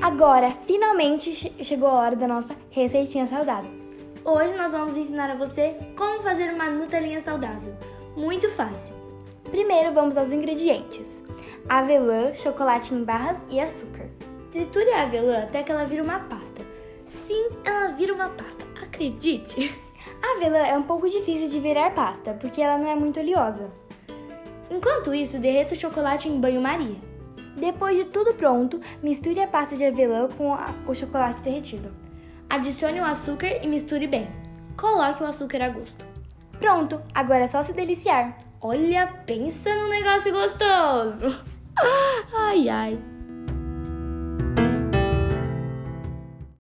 Agora, finalmente che- chegou a hora da nossa receitinha saudável. Hoje nós vamos ensinar a você como fazer uma Nutelinha saudável. Muito fácil. Primeiro vamos aos ingredientes: avelã, chocolate em barras e açúcar. Triture a é avelã até que ela vira uma pasta. Sim, ela vira uma pasta, acredite! A avelã é um pouco difícil de virar pasta porque ela não é muito oleosa. Enquanto isso, derreta o chocolate em banho-maria. Depois de tudo pronto, misture a pasta de avelã com a- o chocolate derretido. Adicione o açúcar e misture bem. Coloque o açúcar a gosto. Pronto, agora é só se deliciar. Olha, pensa num negócio gostoso! Ai, ai!